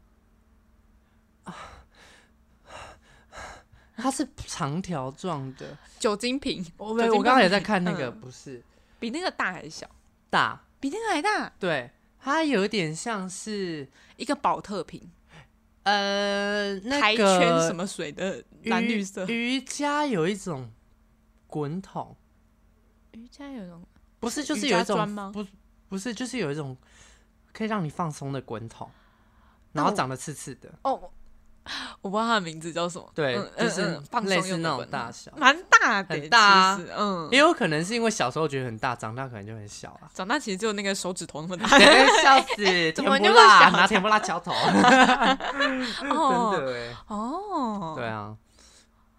它是长条状的。
酒精瓶，
我
酒精
我刚刚也在看那
棒
个，
嗯
不是
比那个大还小，
大，
比那个还大，
对，它有点像是
一个保特瓶，
呃那
台
个
圈什么水的蓝绿色。
瑜瑜伽有一种滚筒，
瑜伽有种
不是就是
瑜伽
有一种
砖吗
不不是就是有一种可以让你放松的滚筒，
那
然后
我
长得刺刺的。
哦，我我不知道它的名字叫什么，
对
嗯
就
嗯
是
嗯放
类
松
似
用
那
的
种
滚筒
大小
蛮大的，
很大啊
其实嗯。
也。有可能是因为小时候觉得很大，长大可能就很小啊了
长大其实只有那个手指头那么大，
笑死，甜
怎么
不
那么
辣
小
拿甜不辣敲 头，真
哦
的哎，
哦，
对啊，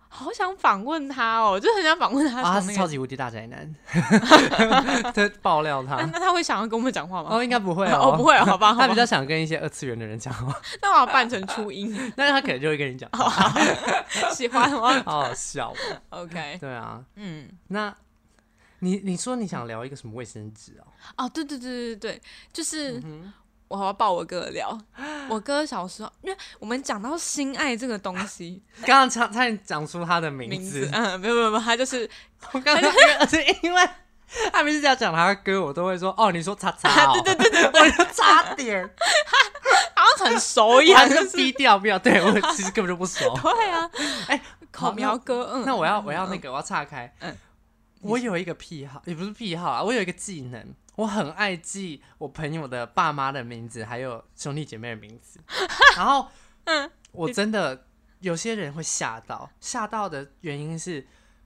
好想访问他哦，就很想访问他
啊，他
从
是
那
超
个。
级无敌大宅 男，他爆料
那
他。
那他会想要跟我们讲话吗？
哦，应该不会
哦，不
会，
会哦，好吧，好
他
吧
比较想跟一些二次元的人讲话， 啊
那我要扮成初音，
但是他可能就会跟你讲话，
喜欢我。
好好笑哦。
OK，
对啊，
嗯，
那你你说你想聊一个什么卫生纸哦？
哦，对对对对对，就是、
嗯哼
我好要抱我哥聊，我哥小时候，因为我们讲到心爱这个东西，
刚刚差差点讲出他的 名
名
字
字，，嗯，没有没有没有，他就是
我刚才是因为 他每次要讲他的歌，我都会说哦，你说叉叉、哦， 对对对对，我就差点，
好像很熟一
我还
样，就是是
低调不要，对我其实根本就不熟。
对啊，
哎
口苗哥，嗯，
那我要我要那个我要岔开
嗯，
我有一个癖好，也不是癖好啊，我有一个技能，我很爱记我朋友的爸妈的名字，还有兄弟姐妹的名 字，然后
嗯
我真的有些人会吓到，吓到的原因是。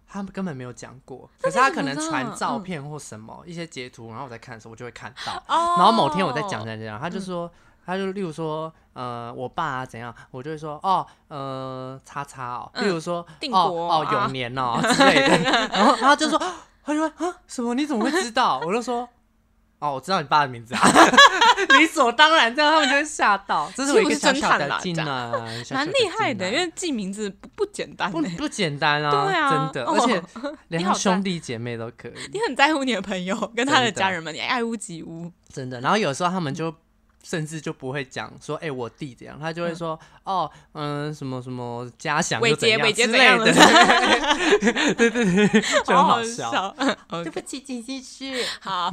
他们根本没有讲过，可是他可能
那你怎么知道嗯
传照片或什么、一些截图，然后我在看的时候，我就会看到。
哦，嗯
然后某天我在讲讲讲，他就说，他就例如说，呃，我爸啊怎样，我就会说，哦，呃，叉叉哦，
嗯
例如说，
定
哦
国
哦
啊
永年 哦之类的，然后他就说，他就说啊什么你怎么会知道？我就说。哦，我知道你爸的名字啊， 理所当然，这样他们就会吓到。这是我一个
其实
小
我是
小
侦探
的
啦
技
这样
能，小小
蛮厉害的，
技能
因为记名字不不简单
不
欸，
不简单啊，
对啊
真的，
哦
而且连
你
他
好赞
兄弟姐妹都可以。
你很在乎你的朋友跟他的
真的
家人们，你爱屋及乌，
真的。然后有时候
嗯
他们就甚至就不会讲说，哎、我弟怎样，他就会说，哦，嗯，什么什么嘉祥
伟
又怎
杰
样
伟杰
之
怎
类
样
的，对对对， 就很
好
笑。
笑。OK
不起，请继 续。
好，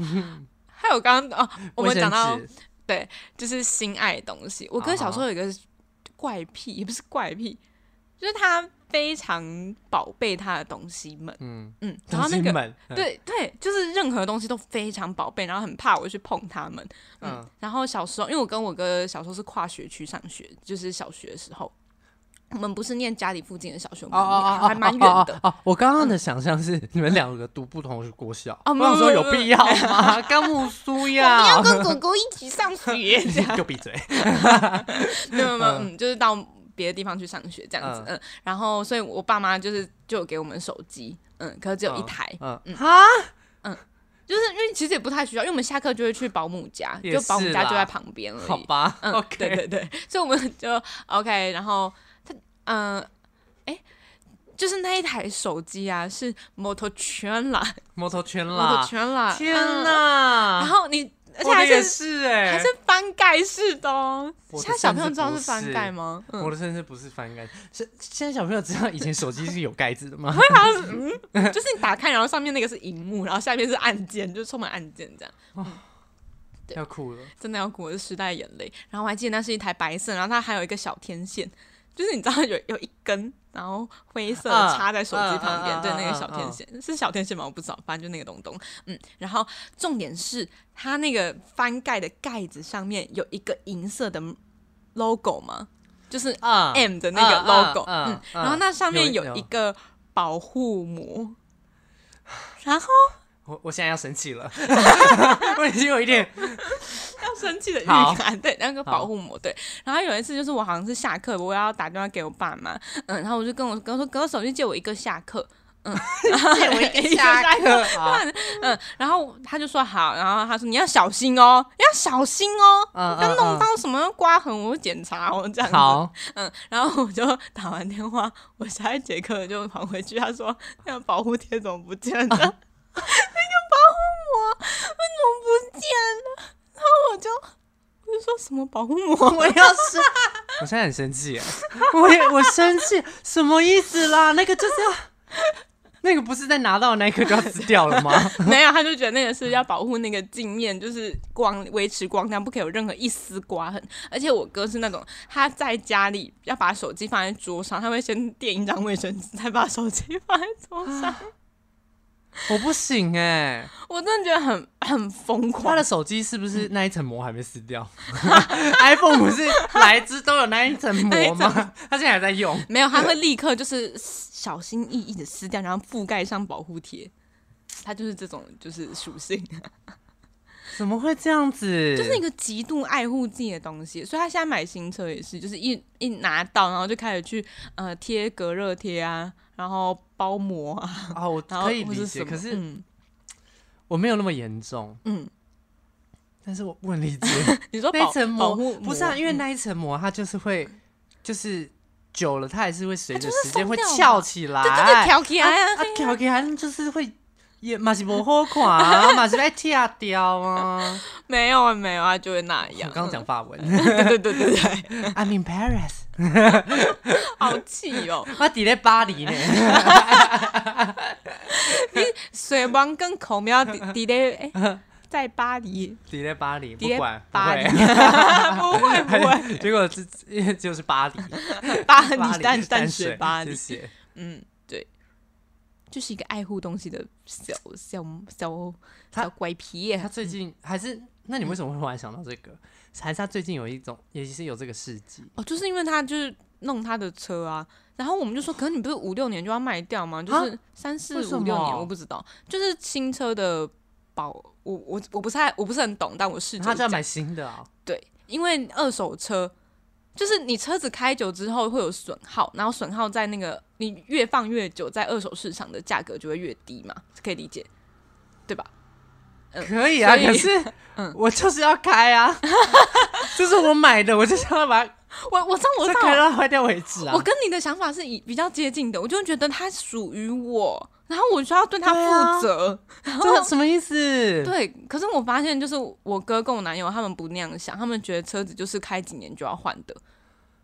还有 刚刚哦，我们
卫生
讲到
纸
就是心爱的东西。我
好
哥小时候有一个怪癖，也不是怪癖，就是他非常宝贝他的东西们。
嗯，
嗯，
东
然后
西
那个
们， 嗯，
对对，就是任何东西都非常宝贝，然后很怕我去碰他们。
嗯，
然后小时候，因为我跟我哥小时候是跨学区上学，就是小学的时候，我们不是念家里附近的小学，我
哦
们
哦哦
念
哦，
嗯还蛮远
哦
的。嗯
哦哦，我刚刚的想象是你们两个读不同国小，
哦
我
没有
想说
没有
有
没有
必要吗？甘木苏
我们
呀
要， 跟狗狗一起上学，这样
给我闭嘴。
没有没有，嗯，就是嗯到别的地方去上学这样子，嗯，然后所以我爸妈就是就有给我们手机，嗯，可是只有一
嗯
台，
嗯
嗯
哈，
就是因为其实也不太需要，因为我们下课就会去保姆家，
也
就保姆
是
家就
啦
在旁边而
好
已。
吧
嗯
，OK，
对对对，所以我们就 OK，然后他嗯，哎、就是那一台手机啊，是摩托圈啦，
摩托圈
摩托
啦，
圈啦，
天
嗯
哪！
然后你，而且
我的
还
也
是
是哎，
还是翻盖式的哦。
我的
现在小朋友
甚
知
至
道
不
是翻
是
盖吗？嗯，
我的甚至不是翻盖，是现在小朋友知道以前手机是有盖子的 吗？
嗯就是你打开，然后上面那个是荧幕，然后下面是按键，就是充满按键这样。对
要哭了，
真的要哭，我是时代眼泪。然后我还记得那是一台白色，然后它还有一个小天线，就是你知道有有一根，然后灰色的
嗯
插在手机旁边，
嗯嗯
对，那
嗯
个
嗯
小天线、是小天线吗？我不知道，反正就那个东东。嗯，然后重点是它那个翻盖的盖子上面有一个银色的 logo 吗？就是
啊
M 的那个 logo，
嗯嗯
嗯，
嗯
然后那上面
有
有
有
一个保护膜，然后
我我现在要生气了， 我已经有一点
要生气的预
好
感，对，那个
好
保护膜，对。然后有一次就是我好像是下课，我要打电话给我爸妈，嗯，然后我就跟我哥说，哥手机借我一个下课，
借 我
一个下
下课啊，
嗯，然后他就说好，然后他说你要小心哦，你要小心哦。
嗯
要弄到什么刮痕，我会检查哦，这样子。
好，
嗯，然后我就打完电话，我下一节课就跑回去，他说那个保护贴怎么不见了？那个保护
嗯
膜为什么不见了？然后我就我就说什么保护膜？
我要生， 我现在很生气耶， 我也我生气，什么意思啦？那个就是要， 那个不是在拿到的那一刻就要撕掉了吗？
没有，他就觉得那个是要保护那个镜面，就是光维持光亮，不可以有任何一丝刮痕。而且我哥是那种他在家里要把手机放在桌上，他会先垫一张卫生纸，再把手机放在桌 上。
我不行哎，
我真的觉得很很疯
他
狂
的。手机是不是那一层膜还没撕 掉？iPhone 不是来之都有 那一层
那一
膜
层
吗？他现在还在用。
没有，他会立刻就是小心翼翼的撕掉，然后覆盖上保护贴。他就是这种就是属性，
怎么会这样子？
就是一个极度爱护自己的东西，所以他现在买新车也是，就是一一拿到，然后就开始去呃贴隔热贴啊，然后包膜啊，
啊，我
然后
可以
或
理
者
解，
什么
可是
嗯
我没有那么严重，
嗯，
但是我不能理解
你说
那
保
一层膜
保护，
不是啊，因
为
为那一层膜它就是会，就是久了它还是会随着时间
松
会
掉嘛
翘起来，
对对对，挑起来
啊啊
啊，
翘起来就是会。也嘛是不好看啊，嘛是被拆掉啊！
没有啊没有啊，就会那
我
样。
刚刚讲法文
对对对对对，
，I'm in Paris，
好气哦。
我抵在巴黎呢。
水王跟口 喵抵抵的哎，在巴黎，
抵在巴黎，
抵
不
在
管不
巴黎，
会，
不会 不会。
结果这这就是巴黎，
巴
巴
黎
黎
淡
淡
水巴黎，
谢谢
嗯，对，就是一个爱护东西的小小小
他
小乖皮
他
耶。
最近还是，那你为什么会突然想到这个？还是他最近有一种，也是有这个事迹，
哦，就是因为他就是弄他的车啊，然后我们就说，可是你不是五六年就要卖掉吗？就是三四
啊为什
五
么
六年，我不知道，就是新车的保，我我我不太我不是很懂，但我试着
他就要
讲
买新的啊、
对，因为二手车就是你车子开久之后会有损耗，然后损耗在那个你越放越久，在二手市场的价格就会越低嘛，可以理解，对吧？嗯
可以啊，
所以嗯
可是 我就是要开啊，这是我买的，我就是要把它
我我知道 我
这
知道
开，到它坏掉为止啊
我。跟你的想法是以比较接近的，我就觉得它属于我，然后我就要对它
对啊
负责。
这什么意思？
对，可是我发现就是我哥跟我男友他们不那样想，他们觉得车子就是开几年就要换的，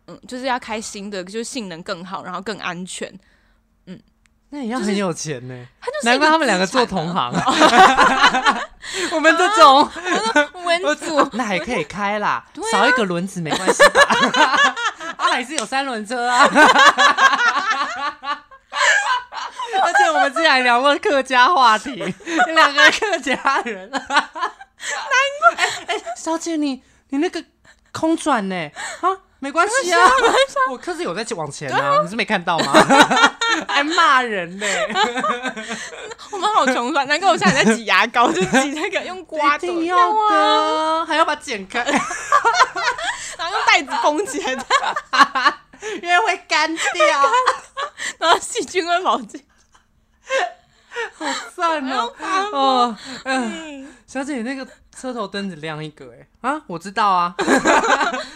嗯，就是要开新的，就是性能更好，然后更安全。
那也要
就是
很有钱呢、
他就是一
难怪他们两个
资 产
做
啊
同行。 我们这种，
文组
那还可以开啦，
对啊
少一个轮子没关系 吧？啊，还是有三轮车啊。而且我们之前还聊过客家话 题，有两个客家人啊。难怪，哎、小姐你你那个空转呢、啊，没关系啊，我可是有在往前啊，你是没看到 吗？还骂人呢、
我们好穷酸，难怪我现在在挤牙膏，就挤那个用刮
一
子，
定要啊的，还要把它剪 开，
然后用袋子封起来，
因为会干掉。
然后细菌会跑进。
赞哦、哦，嗯、小姐，你那个车头灯只亮一个哎、啊，我知道啊，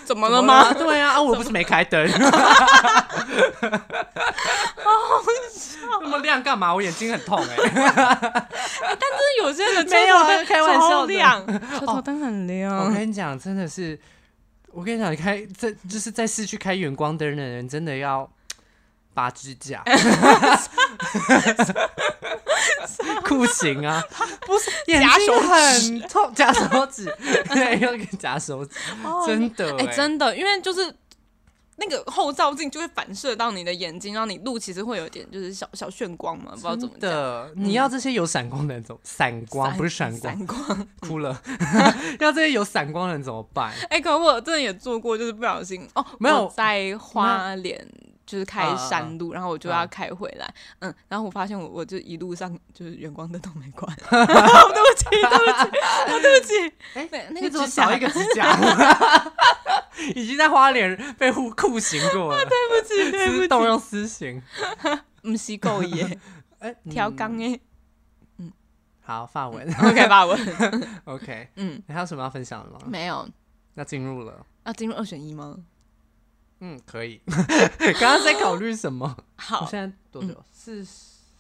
怎么
怎么
了吗？
对啊，啊，我又不是没开灯，那么亮干嘛？我眼睛很痛哎、
但是有些人
没有啊开玩笑的哦
超亮，车头哦灯很
我
亮。
跟你讲，真的是，我跟你讲，你开在就是在市区开远光灯的人，真的要拔指 甲，酷刑啊！不是眼
夹
睛
手
很痛，夹手指， 对，要给夹手指，
哦
真的、欸
哎、真的，因为就是那个后照镜就会反射到你的眼睛，让你路其实会有点就是小小眩光嘛，不知道怎么
真
讲。
的，你要这些有闪光的人怎么？闪光不是闪光，
散光。
哭了。 要这些有闪光的人怎么办？
哎、可我真的也做过，就是不小心哦，
没有
我在花莲。就是开山路，然后我就要
嗯
开回来，嗯，然后我发现我我就一路上就是远光灯都没 关，哦对不起，对不起，我对不起，
哎
对那
你
个
怎么
指
少
甲
一个指甲？ 已经在花莲被酷酷刑过了，
对不起， 对不
私
起，
动用私刑。
唔是够耶，
哎，嗯
调缸欸 耶
好，发文。
，OK 吧，我
OK，
嗯
你还有什么要分享的吗？
没有，
要进入了。
要进入二选一吗？
嗯，可以。 刚刚在考虑什么？我
好嗯
现在多久？四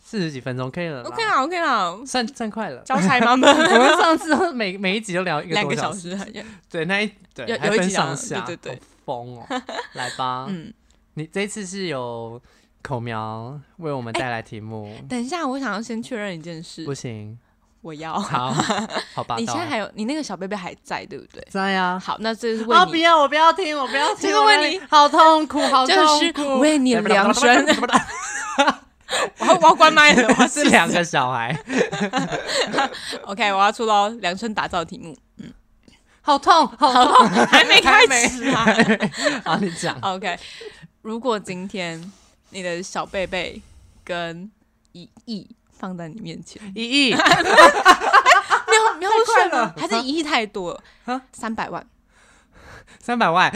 四十几分钟，可以了啦。
，OK 啦，OK 啦，
算算快 了。
交差妈
我
们
们上次每每一集都聊 一个
两
多
个小
时，
时，
对，那一对
有
还
有一
分
集啊
上下，
对对对
好疯哦。来吧，
嗯，
你这一次是有口苗为我们
哎
带来题目，
等一下，我想要先确认一件事
不， 行，
我要，
好，好吧，
你现在还有你那个小贝贝还在对不对？
在呀？
好，那这是为
啊，不
你，
要，我不要听，我不要听，
这个
我
为
要
你
听好痛苦，好
就是
痛 苦，
为你 量身我要我要关麦了，我要
是两个小孩，
OK，我要出喽，量身打造 题目，
好痛，好
好
痛。
还没开始啊。
好，你讲，
OK，如果今天你的小贝贝跟一亿放在你面 前，
一 亿，
喵喵
快
顺吗
了
还是一亿太多了
啊？
三百万，
三百 万，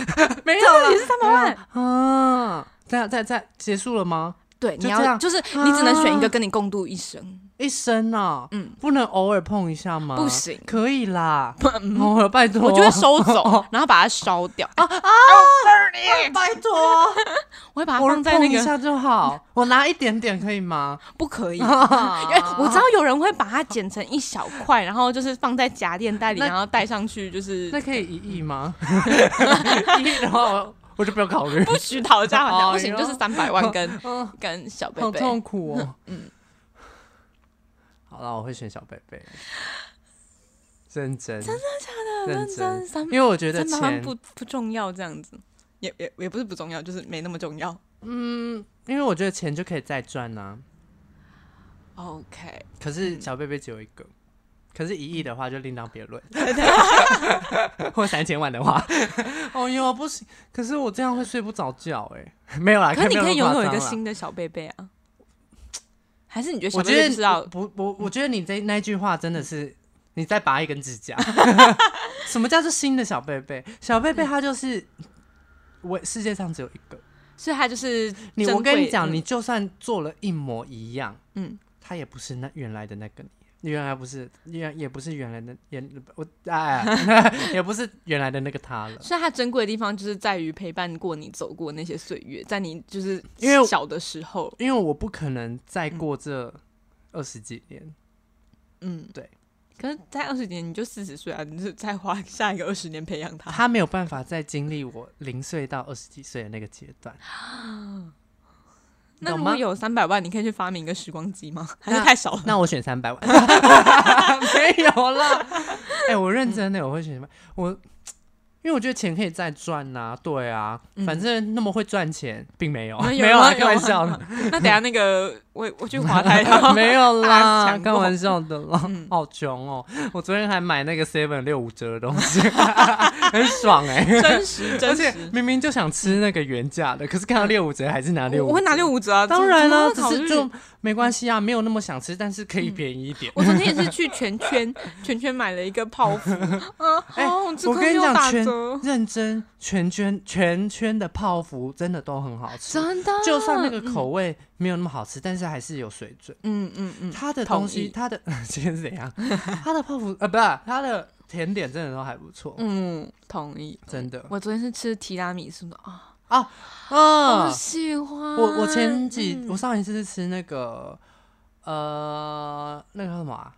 没有
真的
了
也是三百万？
啊！在在在，结束了吗？
对，你
就这
要
样啊
就是你只能选一个跟你共度一生，
一生啊，
嗯
不能偶尔碰一下吗？
不行
可以啦，
嗯
偶尔拜托，
我就会收
哦
走，然后把它烧掉，
啊
哎
拜 托，
我会把它
偶尔
放在那
碰一
个
下就好，我拿一点点可以吗？
不可以。因为
啊
我知道有人会把它剪成一小块，然后就是放在夹链袋里，
那
然后带上去，就是
那可以一亿吗？ 一亿的话，我我就不要考虑，
嗯不许讨价还价，不行，
哎呦
就是三百万跟
嗯，
跟小 贝
好
贝。
痛苦哦。嗯，好了，我会选小贝 贝，认真，真的假的？认
真
真，
三
因为我觉得
三百万
钱
不不重要，这样子也也也不是不重要，就是没那么重要。
嗯，因为我觉得钱就可以再赚呐、
OK，
可
嗯
是小贝贝只有一个，可是一亿的话就另当别论，
嗯
或三千万的 话，哦哟不行，可是我这样会睡不着觉哎、没有啦，
可是你
没
可以
那么夸
拥有一
张
个
啦
新的小贝贝啊？还是你觉得小
我
贝贝
觉
不知
得
道
不，我我觉得你这那句话真的是，你再拔一根指 甲。什么叫做新的小贝贝？小
嗯
贝贝它就是我世界上只有一个。
所以他就是
你我
珍
跟你
贵
讲，
嗯
你就算做了一模一样，
嗯，
它也不是那原来的那个你。你原来不是原也不是原来的原我哎， 也不是原来的那个他了。
所以它珍贵的地方就是在于陪伴过你走过那些岁月，在你就是
因为
小的时候，
因为我不可能再过这二十几年，
嗯，
对。
可是，在二十年你就四十岁啊，你就再花下一个二十年培养他。
他没有办法再经历我零岁到二十几岁的那个阶段。
那
懂
如
吗
果有三百万，你可以去发明一个时光机吗？还
那
是太少 了？
那我选三百万，没有啦。 哎、我认真的，我会选什么？我因为我觉得钱可以再赚呐、对啊，
嗯
反正那么会赚钱，并没有，
没有
没有
啊
啊，
有
开玩
啊
笑的，
那等一下那个我我去 华泰，然后
没有
大
啦，
抢购
开玩笑的啦，好穷哦、我昨天还买那个 seven 六五折的东西， 很爽哎、
真实
而
真
且
实，
明明就想吃那个原价的，可是看到六五折还是拿六
我
五，
我会拿六五折啊，
当然
了
啦，，只是就没关系啊，没有那么想吃，但是可以便宜一点。
我昨天也是去全圈，全圈买了一个泡 芙，啊，
哎
好，这
我
个
跟你
又
讲
打
全
折，
认真全圈全圈的泡芙真的都很好吃，
真的，
就算那个口味没有那么好吃，但是还是有水准。
嗯嗯嗯，
他的
同
东西，
意
他的 今天是怎 样？他的泡芙呃，不是他的甜点，真的都还不错。
嗯，同意。
真的
我昨天是吃提拉米苏的啊，好
嗯，
喜欢。
我我前几、
嗯
我上一次是吃那个呃那个叫什么、啊、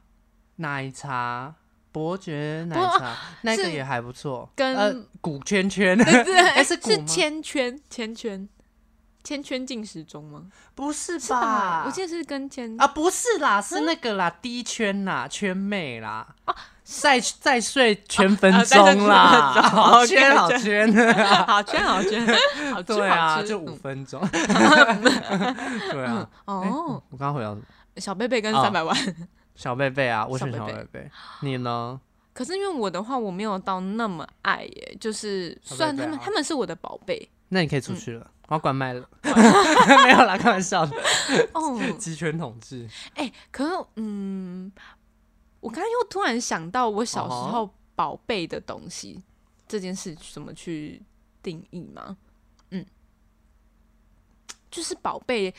奶茶伯爵奶
不啊
茶，那个
是
也还不错，
跟
呃鼓圈圈
对对，哎
是鼓
是
吗
千圈千圈千圈进食中吗？
不是
是吧？
吧？
我记得嗯是跟千
啊，不是啦，是那个啦，低圈啦，圈妹啦，再再睡全分
哦啊再睡
钟啦，
全分钟
好
OK，
圈好
这样
圈，
好圈好圈，好 吃
对
好
啊，
吃。嗯
就五分 钟，对啊。
哦，
我刚刚回到什么
小贝贝跟
哦
三百万。
小贝贝啊，我选
小
小
贝贝
贝贝，你呢？
可是因为我的话，我没有到那么爱耶，就是
小贝贝
虽然他们
啊
他们是我的宝 贝
那你可以出去
嗯
了，我要关 麦了，没有啦，开玩笑的，
哦，
集权统治，
哎、可是嗯，我刚刚又突然想到我小时候宝贝的东西、这件事怎么去定义吗？嗯，就是宝贝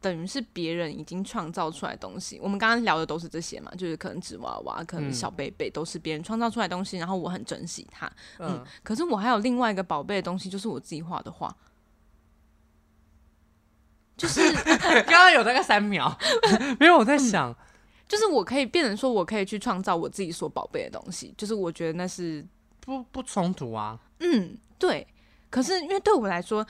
等于是别人已经创造出来的东西。我们刚刚聊的都是这些嘛，就是可能纸娃娃，可能
嗯
小贝贝，都是别人创造出来的东西，然后我很珍惜它。嗯
嗯，
可是我还有另外一个宝贝的东西，就是我自己画的画。就是
刚刚有大概三秒， 没有我在
嗯
想，
就是我可以变成说，我可以去创造我自己所宝贝的东西，就是我觉得那是
不不冲突啊，
嗯对。可是因为对我来说，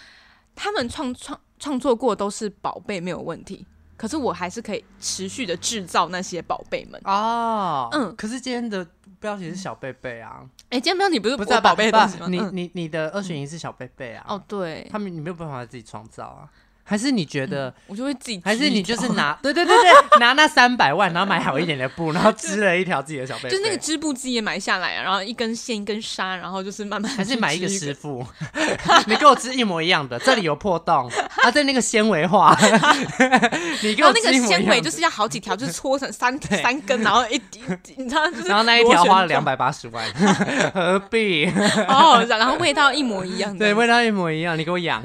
他们创创创作过都是宝贝没有问题，可是我还是可以持续的制造那些宝贝们。
哦，
嗯
可是今天的标题是小贝贝啊，
哎、今天没有你不是
不
不
是啊
宝贝的东西
不
吗？
是你
嗯
你你的二选一是小贝贝啊，
哦，对嗯
他，们你没有办法自己创造啊，还是你觉得？
我就会自己
还是
织一
你就是
条
拿 对对对对，拿那三百万，然后买好一点的布，然后织了一条自己的小贝贝，
就是那个织布机也买下来啊，然后一根线一根纱，然后就是慢慢
还是
去
买一个
织
师傅， 你给我织一模一样的，这里有破洞，啊，在那个纤维 化，你给
然
我
后哦那
织一模
个
一
纤
样
维
的
就是要好几条，就是搓成三三根，然后一滴， 一你知道就是
然后那一条花了两
百，
百八十万， 何 必？
嗯好好笑，哦然后味道一模 一样，
对，味道一模一样，你给我养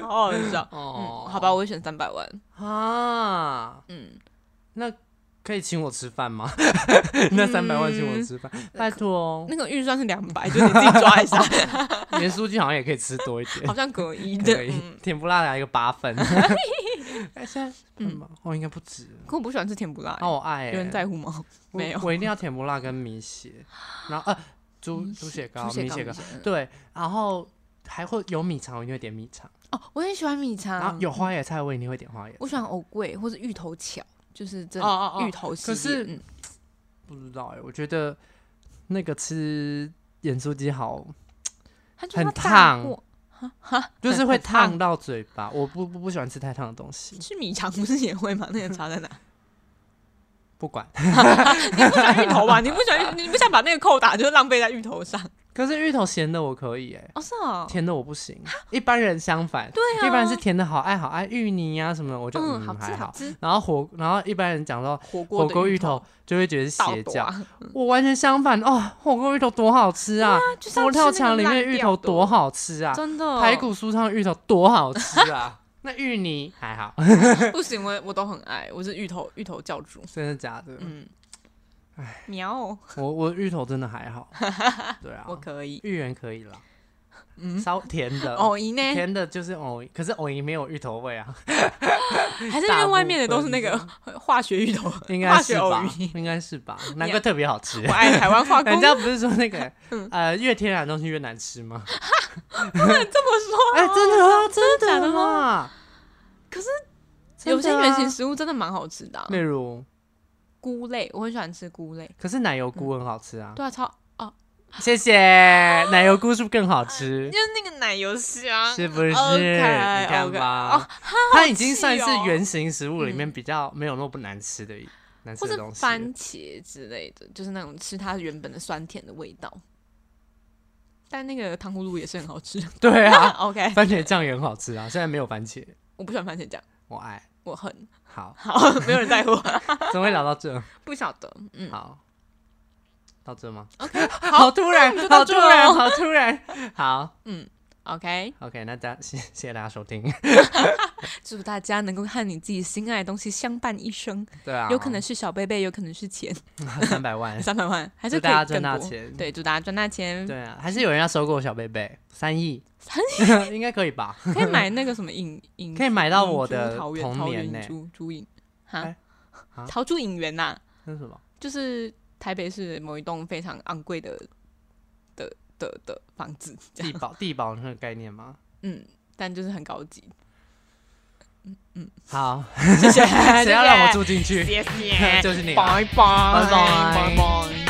道好好笑。
哦
嗯，好吧，我会选三百万。
啊，
嗯，
那可以请我吃饭吗？ 那三百万请我吃饭，拜托哦。
那个预算是两百，就你自己抓一下，
连书记好像也可哦以吃多一 点，
好像可以的。
哦可以
嗯，
甜不辣的一个八 分。哎，现在嗯，我应该不止。
可我不喜欢吃甜不辣，
啊，我爱欸
有人在乎吗？
我
没有
我一定要甜不辣跟米血，然后呃猪猪血糕、
猪
米
血
血
糕
糕，。
嗯
对，然后还会有米肠，我一定会点米肠，
哦，我也喜欢米
然
肠
后，有花椰菜，嗯我一定会点花椰菜。
我喜欢藕桂或者芋头巧，就是这
哦哦哦
芋头系列。
可是
嗯
不知道哎，我觉得那个吃盐酥鸡好，
它就是
很
要炸
烫
过
就是会
很烫
烫到嘴巴。我不不不喜欢吃太烫的东西，
吃米肠不是也会吗？那个差在哪？
不管。
你不喜欢芋头吧？你不喜欢，你不想把那个扣打就是浪费在芋头上？
可是芋头咸的我可以哎，
哦，是哦，
甜的我不行。一般人相反，对
啊
一般人是甜的好爱好爱芋泥啊什么的，我就
嗯，好吃
还
好
好。
吃，
然后火，然后一般人讲到
火锅
火
的
锅芋
芋头
头，就会觉得是
倒
邪
多
教。
啊
我完全相反哦，火锅芋头多好吃啊！
就像
佛
吃那
跳
个
墙里面
烂
的芋
掉
头
的
多好吃啊！
真的
排骨酥汤的芋头多好吃 啊！那芋泥还好，
不行，我我都很爱，我是芋头芋头教主，
真的假的？
嗯，喵，
我我芋头真的还 好，对啊
我，可以，
芋圆可以啦，
嗯，
稍甜的
藕姨呢？
甜的就是藕，可是藕泥没有芋头味 啊，
还是因
大
为
部
外面的都是
分
那个 化学芋头，
应
化
该
学
是
藕
吧？
泥，
应该是 吧？难怪特别好吃
我。爱台湾化工，
人
这
家不是说那 个呃越天然的东西越难吃吗？
么说，
哎，真的啊，真
假的吗
吗？
可是
真
有些
的啊
原型食物真的蛮好吃的啊，
例如
菇类，我很喜欢吃菇类，
可是奶油菇很好吃啊！
对啊，超哦，
谢 谢，奶油菇是不是更好吃
就？是那个奶油香，
是不是
OK，
你看
OK
吧
哦
它已经算是
好气哦嗯
原型食物里面比较没有那么不难吃的一难
或
吃的
是
东西。
番茄之类的，就是那种吃它原本的酸甜的味道。但那个糖葫芦也是很好吃。
对啊，
OK，
番茄酱也很好吃啊，虽然没有番茄，
我不喜欢番茄酱，
我爱。
我很，
好
好，没有人 在乎，
怎么会聊到这？
不晓得。嗯，
好，到这吗？
OK，
好突然
那我们就，到
好
这哦
突然，
咯
好突然。好，
嗯， OK，
OK，那大家谢谢谢大家收听。
祝大家能够和你自己心爱的东西相伴一生，
对啊，哦
有可能是小贝贝，有可能是钱，
三百万，
三百万还是
哎祝
可
大
以
家赚
更
大
多。
钱。
对，祝大家赚大钱，
对啊，还是有人要收购小贝贝三亿， 应该可以吧？
可以买那个什么影影，
可以买到我
银珠
的
嗯桃园
童
桃
年
园
呢
银珠珠影哈
哎啊，
桃珠影园呐，
那是什么？
就是台北市某一栋非常昂贵的的的的房子，这
地
样，
保地保那个概念吗？
嗯，但就是很高 级。
好，
谢谢，
哎谁要让我住进去？
谢谢，
就是你啊
拜拜，
拜拜
拜拜。